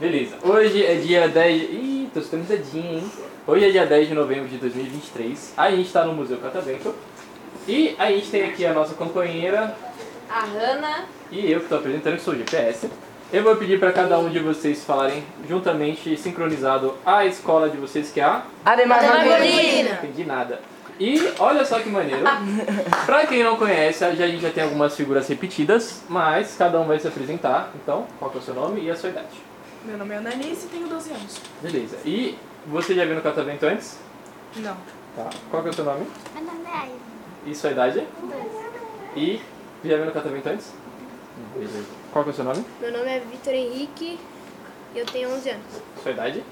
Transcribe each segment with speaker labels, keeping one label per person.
Speaker 1: Beleza, hoje é dia 10. Ih, tô ficando cedinho, hein? Hoje é dia 10 de novembro de 2023. A gente tá no Museu Catavento. E a gente tem aqui a nossa companheira
Speaker 2: A Hanna.
Speaker 1: e eu que tô apresentando, que sou o GPS. Eu vou pedir para cada um de vocês falarem juntamente, sincronizado, a escola de vocês, que é a.
Speaker 2: Margolina.
Speaker 1: Entendi nada. E olha só que maneiro. pra quem não conhece, a gente já tem algumas figuras repetidas, mas cada um vai se apresentar. Então, qual que é o seu nome e a sua idade?
Speaker 3: Meu nome é Ananice e tenho 12 anos.
Speaker 1: Beleza. E você já viu no Catavento antes?
Speaker 3: Não.
Speaker 1: Tá. Qual que é o seu nome?
Speaker 4: Meu nome é Aiva.
Speaker 1: E sua idade? E já viu no Catavento antes? Beleza. Qual que é o seu nome?
Speaker 4: Meu nome é Vitor Henrique e eu tenho 11 anos.
Speaker 1: Sua idade?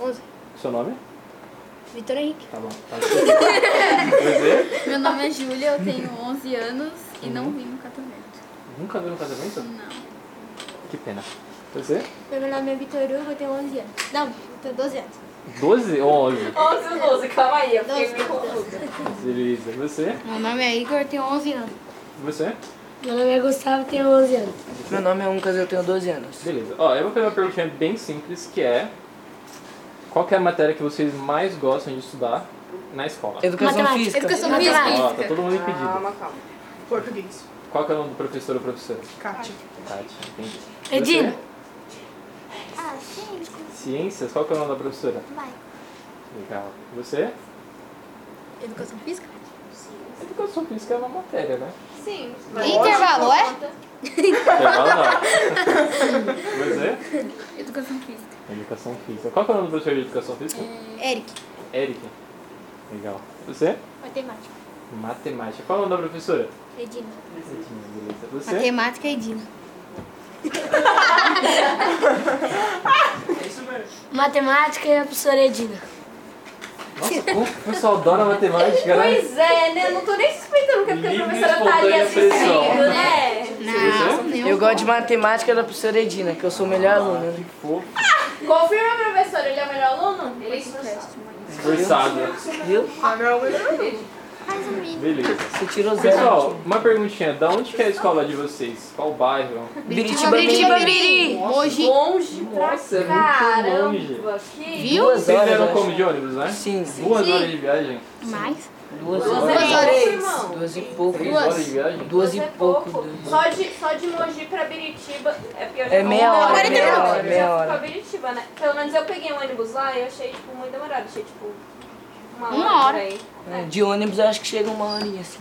Speaker 4: 11.
Speaker 1: Seu nome?
Speaker 4: Vitor Henrique.
Speaker 1: Tá bom. Tá certo. Você?
Speaker 5: Meu nome é Júlia, eu tenho 11 anos e não vim no casamento.
Speaker 1: Nunca viu no Catavento?
Speaker 5: Não.
Speaker 1: Que pena. Você?
Speaker 4: Meu nome é Vitor Hugo, eu tenho 11 anos. Não, eu tenho 12 anos.
Speaker 1: 12 ou 11?
Speaker 2: 11 ou 12, calma aí, eu fiquei meio confusa.
Speaker 1: Beleza. Você?
Speaker 4: Meu nome é Igor, eu tenho 11 anos.
Speaker 1: Você?
Speaker 4: Meu nome é Gustavo, eu tenho 11 anos.
Speaker 6: Meu nome é Uncas e eu tenho 12 anos.
Speaker 1: Beleza. Ó, eu vou fazer uma perguntinha bem simples, que é... Qual que é a matéria que vocês mais gostam de estudar na escola?
Speaker 6: Educação física.
Speaker 5: Educação física.
Speaker 1: Ó, tá todo mundo impedido.
Speaker 2: Calma, calma.
Speaker 3: Português.
Speaker 1: Qual que é o nome do professor ou professora?
Speaker 3: Cátia.
Speaker 1: Tati, entendi.
Speaker 4: Edina.
Speaker 1: Você?
Speaker 4: Ah, sim.
Speaker 1: Ciências, qual que é o nome da professora?
Speaker 4: Vai.
Speaker 1: Legal. Você?
Speaker 5: Educação física?
Speaker 1: Educação física é uma matéria, né?
Speaker 2: Sim.
Speaker 5: Intervalo, é?
Speaker 1: Intervalo não. Você?
Speaker 5: Educação física.
Speaker 1: é? Educação física. Qual que é o nome do professor de educação física?
Speaker 6: É.
Speaker 4: Eric.
Speaker 1: Eric. Legal. Você?
Speaker 4: Matemática.
Speaker 1: Matemática. Qual é o nome da professora?
Speaker 4: Edina.
Speaker 1: Beleza. Você?
Speaker 4: Matemática, Edina. Matemática e a professora Edina.
Speaker 1: Nossa, como que o pessoal adora matemática, né?
Speaker 2: Pois é, né? Eu não tô nem suspeitando que é porque a
Speaker 1: Livre
Speaker 2: professora tá ali
Speaker 1: espontânea pressão.
Speaker 2: assistindo, né?
Speaker 6: é.
Speaker 1: Você?
Speaker 6: Eu gosto de matemática da professora Edina, que eu sou o melhor aluno.
Speaker 1: Que
Speaker 6: né?
Speaker 1: fofo.
Speaker 2: Confirma, professora, ele é o melhor aluno? Ele é esforçado.
Speaker 1: Esforçado.
Speaker 6: Viu?
Speaker 3: Ah, meu nome é
Speaker 1: Beleza.
Speaker 6: Você tirou zero.
Speaker 1: Pessoal, uma perguntinha. Da onde que é a escola de vocês? Qual bairro?
Speaker 6: Biritiba, Biritiba,
Speaker 5: Hoje.
Speaker 2: assim, Longe pra
Speaker 1: Nossa, é muito
Speaker 2: caramba. Que
Speaker 6: Viu? Duas
Speaker 1: Vocês
Speaker 6: horas,
Speaker 1: vieram
Speaker 6: eu
Speaker 1: como
Speaker 6: acho.
Speaker 1: de ônibus, né?
Speaker 6: Sim, sim.
Speaker 1: Duas horas de viagem.
Speaker 5: Mais?
Speaker 6: Duas
Speaker 2: Duas
Speaker 6: horas.
Speaker 2: horas, é irmão.
Speaker 6: Duas e pouco.
Speaker 1: Três horas de viagem.
Speaker 6: Duas e
Speaker 2: Mas é
Speaker 6: pouco.
Speaker 2: Só de, só de Mogi pra Biritiba. É, porque eu
Speaker 6: É meia
Speaker 2: Não,
Speaker 6: hora,
Speaker 2: eu
Speaker 6: meia
Speaker 2: já
Speaker 6: hora,
Speaker 2: fui
Speaker 6: meia hora.
Speaker 2: pra Biritiba, né? Pelo menos eu peguei um ônibus lá e eu achei, tipo, muito demorado. Achei, tipo, uma hora.
Speaker 5: Uma
Speaker 2: por aí.
Speaker 6: É, De ônibus eu acho que chega uma horinha assim.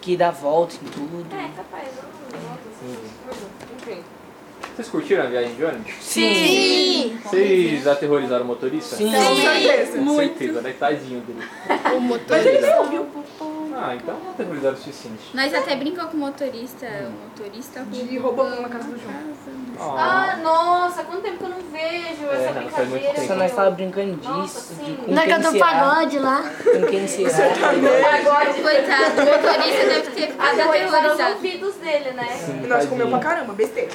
Speaker 6: Que dá volta em tudo.
Speaker 2: É, capaz. eu não- não sei. Enfim.
Speaker 1: Vocês curtiram a viagem de ônibus?
Speaker 6: Sim.
Speaker 1: Vocês aterrorizaram o motorista?
Speaker 6: Sim.
Speaker 3: Com certeza.
Speaker 1: Com certeza, né? Tadinho dele.
Speaker 5: O motor.
Speaker 3: Mas ele não ouviu.
Speaker 1: Ah, então não aterrorizaram o suficiente.
Speaker 5: Nós até brincamos com o motorista. O motorista
Speaker 3: E roubou um na casa do João.
Speaker 2: Ah,
Speaker 1: Ah,
Speaker 2: nossa, quanto tempo que eu não vejo
Speaker 1: É,
Speaker 2: essa
Speaker 1: faz muito
Speaker 2: brincadeira.
Speaker 1: tempo.
Speaker 6: Só
Speaker 2: meu.
Speaker 6: nós tava brincando
Speaker 2: Nossa,
Speaker 6: disso.
Speaker 2: sim.
Speaker 6: De com
Speaker 4: é
Speaker 7: Na
Speaker 6: quem
Speaker 7: casa do
Speaker 6: será.
Speaker 7: pagode lá.
Speaker 6: Com quem será.
Speaker 2: Agora,
Speaker 5: Coitado, o motorista deve ter ficado
Speaker 2: é aterrorizaram os
Speaker 5: aterrorizado.
Speaker 2: ouvidos dele, né?
Speaker 1: sim,
Speaker 3: E nós comeu pra
Speaker 1: tadinho.
Speaker 3: caramba, besteira.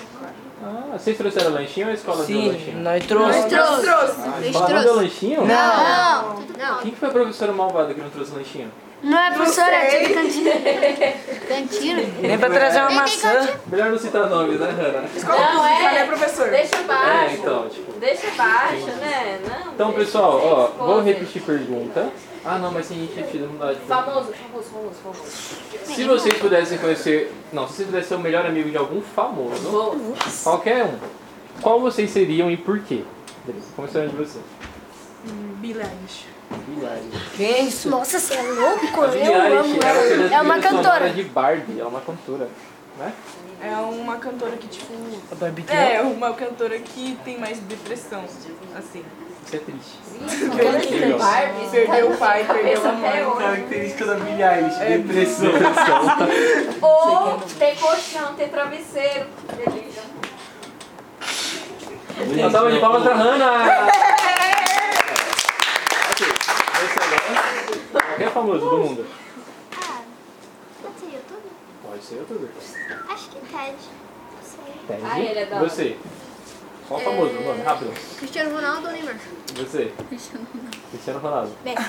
Speaker 1: Ah, vocês trouxeram lanchinho ou a escola deu
Speaker 6: Sim,
Speaker 1: lanchinho?
Speaker 6: nós trouxemos.
Speaker 3: Nós trouxe.
Speaker 1: Ah, a escola não deu lanchinho?
Speaker 6: Não.
Speaker 1: Quem que foi a professora malvada que não trouxe lanchinho?
Speaker 7: Não é professora, é
Speaker 3: sei.
Speaker 7: tia do cantinho.
Speaker 5: Cantina?
Speaker 6: Nem pra trazer uma maçã.
Speaker 1: Melhor não citar nomes, né, Hannah?
Speaker 3: Escola
Speaker 2: Não,
Speaker 3: pública,
Speaker 2: é.
Speaker 3: né, professor?
Speaker 2: Deixa
Speaker 6: Ah.
Speaker 1: É,
Speaker 2: baixo.
Speaker 1: então, tipo...
Speaker 2: Deixa baixo, né? Não,
Speaker 1: Então,
Speaker 2: deixa,
Speaker 1: pessoal,
Speaker 2: sem
Speaker 1: ó,
Speaker 2: expor,
Speaker 1: vou
Speaker 2: gente.
Speaker 1: repetir pergunta. Ah, não, mas se a gente retira, não dá de
Speaker 2: Famoso, famoso, famoso, famoso.
Speaker 1: Se vocês pudessem conhecer. Não, se vocês pudessem ser o melhor amigo de algum famoso,
Speaker 2: Famoso.
Speaker 1: qualquer um, qual vocês seriam e por quê? Beleza, começando de você.
Speaker 3: Billie Eilish.
Speaker 6: Que isso?
Speaker 7: Nossa, você é louco?
Speaker 1: A Billie
Speaker 7: Eu amo
Speaker 1: Eilish ela fez a
Speaker 7: ela.
Speaker 1: trilha
Speaker 7: É uma
Speaker 1: sonora
Speaker 7: cantora.
Speaker 1: de Barbie, é uma cantora. Né?
Speaker 3: É uma cantora que, tipo...
Speaker 6: A barbecue.
Speaker 3: É, uma cantora que tem mais depressão, assim.
Speaker 1: Isso é triste.
Speaker 2: Famoso. Barbie.
Speaker 3: Perdeu o pai, perdeu a
Speaker 2: Tá Até
Speaker 3: mãe.
Speaker 2: hoje.
Speaker 1: Característica da Billie Eilish, depressão. depressão.
Speaker 2: Ou ter colchão, ter travesseiro. Delícia.
Speaker 1: Uma salva de palmas pra Hannah! Ok, você agora. Qualquer famoso do mundo.
Speaker 4: Ah, pode ser YouTube?
Speaker 1: Pode ser youtuber.
Speaker 4: Acho que TED. Não sei.
Speaker 1: Entendi.
Speaker 2: Ah, ele é da hora.
Speaker 1: Você. Qual famoso, mano? Rápido.
Speaker 7: Cristiano Ronaldo ou Neymar?
Speaker 1: Você.
Speaker 5: Cristiano Ronaldo.
Speaker 1: Cristiano Ronaldo.
Speaker 7: Messi.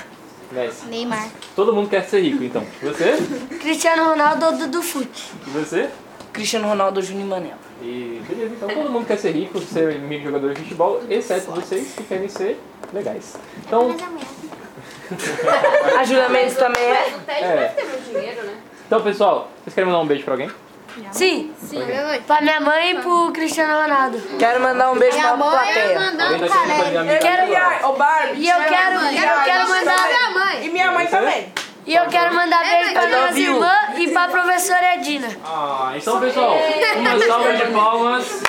Speaker 1: Messi.
Speaker 7: Neymar.
Speaker 1: Todo mundo quer ser rico, então. Você?
Speaker 7: Cristiano Ronaldo do, do fute.
Speaker 1: Você?
Speaker 6: Cristiano Ronaldo Júnior Manel.
Speaker 1: E beleza, então todo mundo quer ser rico, ser meio jogador de futebol, exceto vocês que querem ser legais. Então,
Speaker 3: é-
Speaker 7: Mas amanhã.
Speaker 6: A Julia Mendes também é?
Speaker 2: Mas o Ted
Speaker 1: É.
Speaker 2: deve ter muito dinheiro, né?
Speaker 1: então pessoal, vocês querem mandar um beijo pra alguém?
Speaker 7: Sim.
Speaker 5: Sim.
Speaker 7: Pra minha mãe e pro Cristiano Ronaldo.
Speaker 6: Quero mandar um beijo pra plateia.
Speaker 1: Alguém tá daqui não pode
Speaker 3: é- Eu quero ir. Ô, Barbie.
Speaker 7: E eu
Speaker 3: chama
Speaker 7: quero-
Speaker 3: minha
Speaker 7: eu quero
Speaker 3: mãe
Speaker 7: mandar-
Speaker 3: também.
Speaker 5: Minha mãe.
Speaker 3: E minha mãe
Speaker 1: Você?
Speaker 3: também.
Speaker 7: E eu quero mandar beijo pra
Speaker 6: Ela
Speaker 7: minhas
Speaker 6: viu.
Speaker 7: irmãs e pra professora Edina.
Speaker 1: Ah, então pessoal, uma salva de palmas.